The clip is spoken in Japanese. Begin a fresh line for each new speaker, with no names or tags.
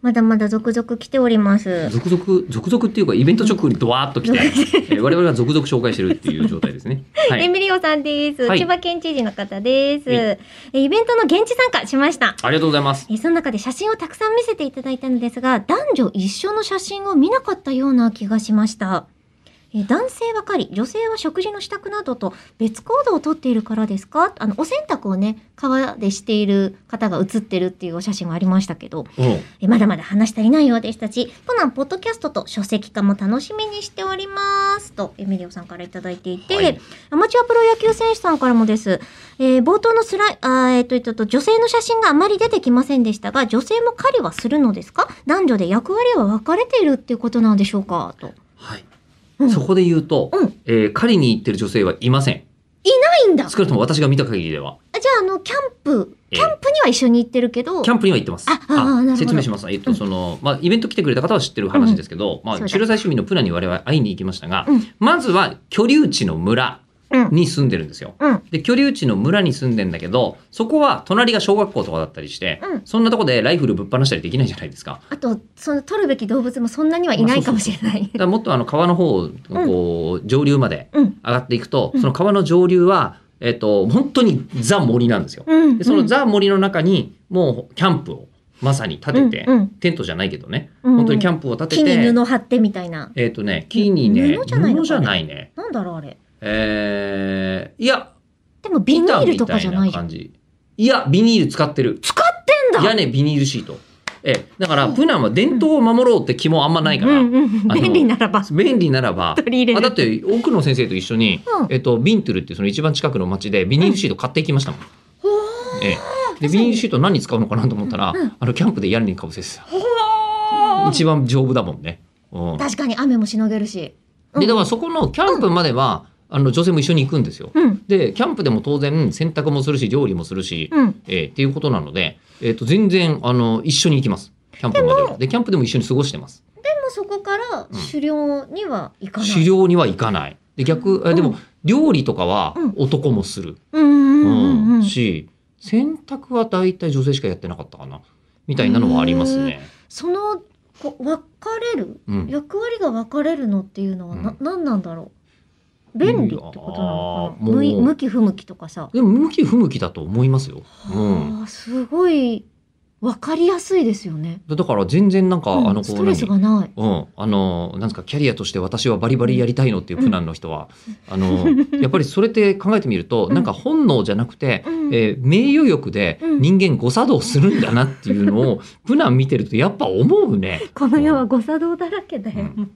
まだまだ続々来ております。
続々、続々っていうか、イベント直後にドワーッと来て、えー我々が続々紹介してるっていう状態ですね。は
エ
い。
ミリオさんです、
はい
千葉県知事の方です。
はい
えイベントの現地参加しました。
ありがとうございます。
えその中で写真をたくさん見せていただいたのですが、男女一緒の写真を見なかったような気がしました。え男性ばかり、女性は食事の支度などと別行動をとっているからですかあの、お洗濯をね、川でしている方が写ってるっていうお写真がありましたけど、
うん。
えまだまだ話し足りないようでしたし、コナンポッドキャストと書籍化も楽しみにしております。と、エミリオさんからいただいていて、
はい
アマチュアプロ野球選手さんからもです。えー冒頭のスライ、あーえっと、えっとえっと、女性の写真があまり出てきませんでしたが、女性も狩りはするのですか男女で役割は分かれているっていうことなんでしょうかと。
はい。
うん
そこで言うと、
うん
えー狩りに行ってる女性はいません。
ないんだあじゃ
少なくとも私が見た限りでは。
あ、あの、キャンプ、
えー
キャンプには一緒に行ってるけど、
キャンプには行ってます。
あああなるほど
説明します。えっ
う
と、
ん
その、まあ、イベント来てくれた方は知ってる話ですけど、まあ、
そうだ
狩猟採集民のプラに我々会いに行きましたが、
うん
まずは、居留地の村
うん、
に住んでるんですよ。
うん、
で、居留地の村に住んでんだけど、そこは隣が小学校とかだったりして、
うん
そんなとこでライフルぶっ放したりできないじゃないですか。
あと、その、取るべき動物もそんなにはいないかもしれない
だか。らもっとあの川の方をこう上流まで
うん。
上がっていくと、
うん
その川の上流は、えっと、本当にザ森なんですよ。
うん。
でその
うん
ザ森の中にもうキャンプをまさに立てて、
うんうん
テントじゃないけどね、
うん
本当にキャンプを立て
木
て、
に布貼ってみたいな。
えっ、とね木にね
布じゃないのかな
布じゃないね
なんだろうあれ。
えー、いや
でもビニールとかじゃない
板み
じ
た
ゃん。
い感じいやビニール使ってる
使ってんだ
屋根ビニールシートええだから
うん
プナンは伝統を守ろうって気もあんまないから、
うんうん、
あの
便利ならば。
便利なら ば
取り入れ
あ
る
だって奥野先生と一緒に、
うん
えっと、ビントゥルっていうその一番近くの町でビニールシート買っていきましたもん、
ほ
え
確
え、で
かに
ビニールシート何に使うのかなと思ったら、
うんうん
あのキャンプで屋根にかぶせてた
ーほー
一番丈夫だもんね、うん、
確かに雨もしのげるし。うん
でだからそこのキャンプまでは、あの女性も一緒に行くんですよ
うん。
でキャンプでも当然洗濯もするし料理もするし、
うん。
ええっていうことなので、えっと全然あの一緒に行きますキャンプまで
で
は
も
でキャンプでも一緒に過ごしてます
でもそこから
うん
狩猟には行かない。
狩猟には行かないで逆えでも、
うん
料理とかは
うん
男もする、
うんうんうんうん。
し洗濯は大体女性しかやってなかったかなみたいなのはありますね。
その、こう分かれる
うん、
役割が分かれるのっていうのはな、
うん
何なんだろう便利ってことなのかな
うんあー
向い
もう
向き不向きとかさ。
でも向き不向きだと思いますよ。うん、
あーすごい分かりやすいですよね。
だから全然なんか、
うん
あのこ
ス
う
トレス
何
がない。
うん、あのなんですかキャリアとして私はバリバリやりたいのっていうプランの人は、あのやっぱりそれって考えてみると、
うん
なんか本能じゃなくて、
うん
えー名誉欲で
うん
人間誤作動するん だなっていうのを、プラン見てるとやっぱ思うね。
この世は誤作動だらけだよ。
うん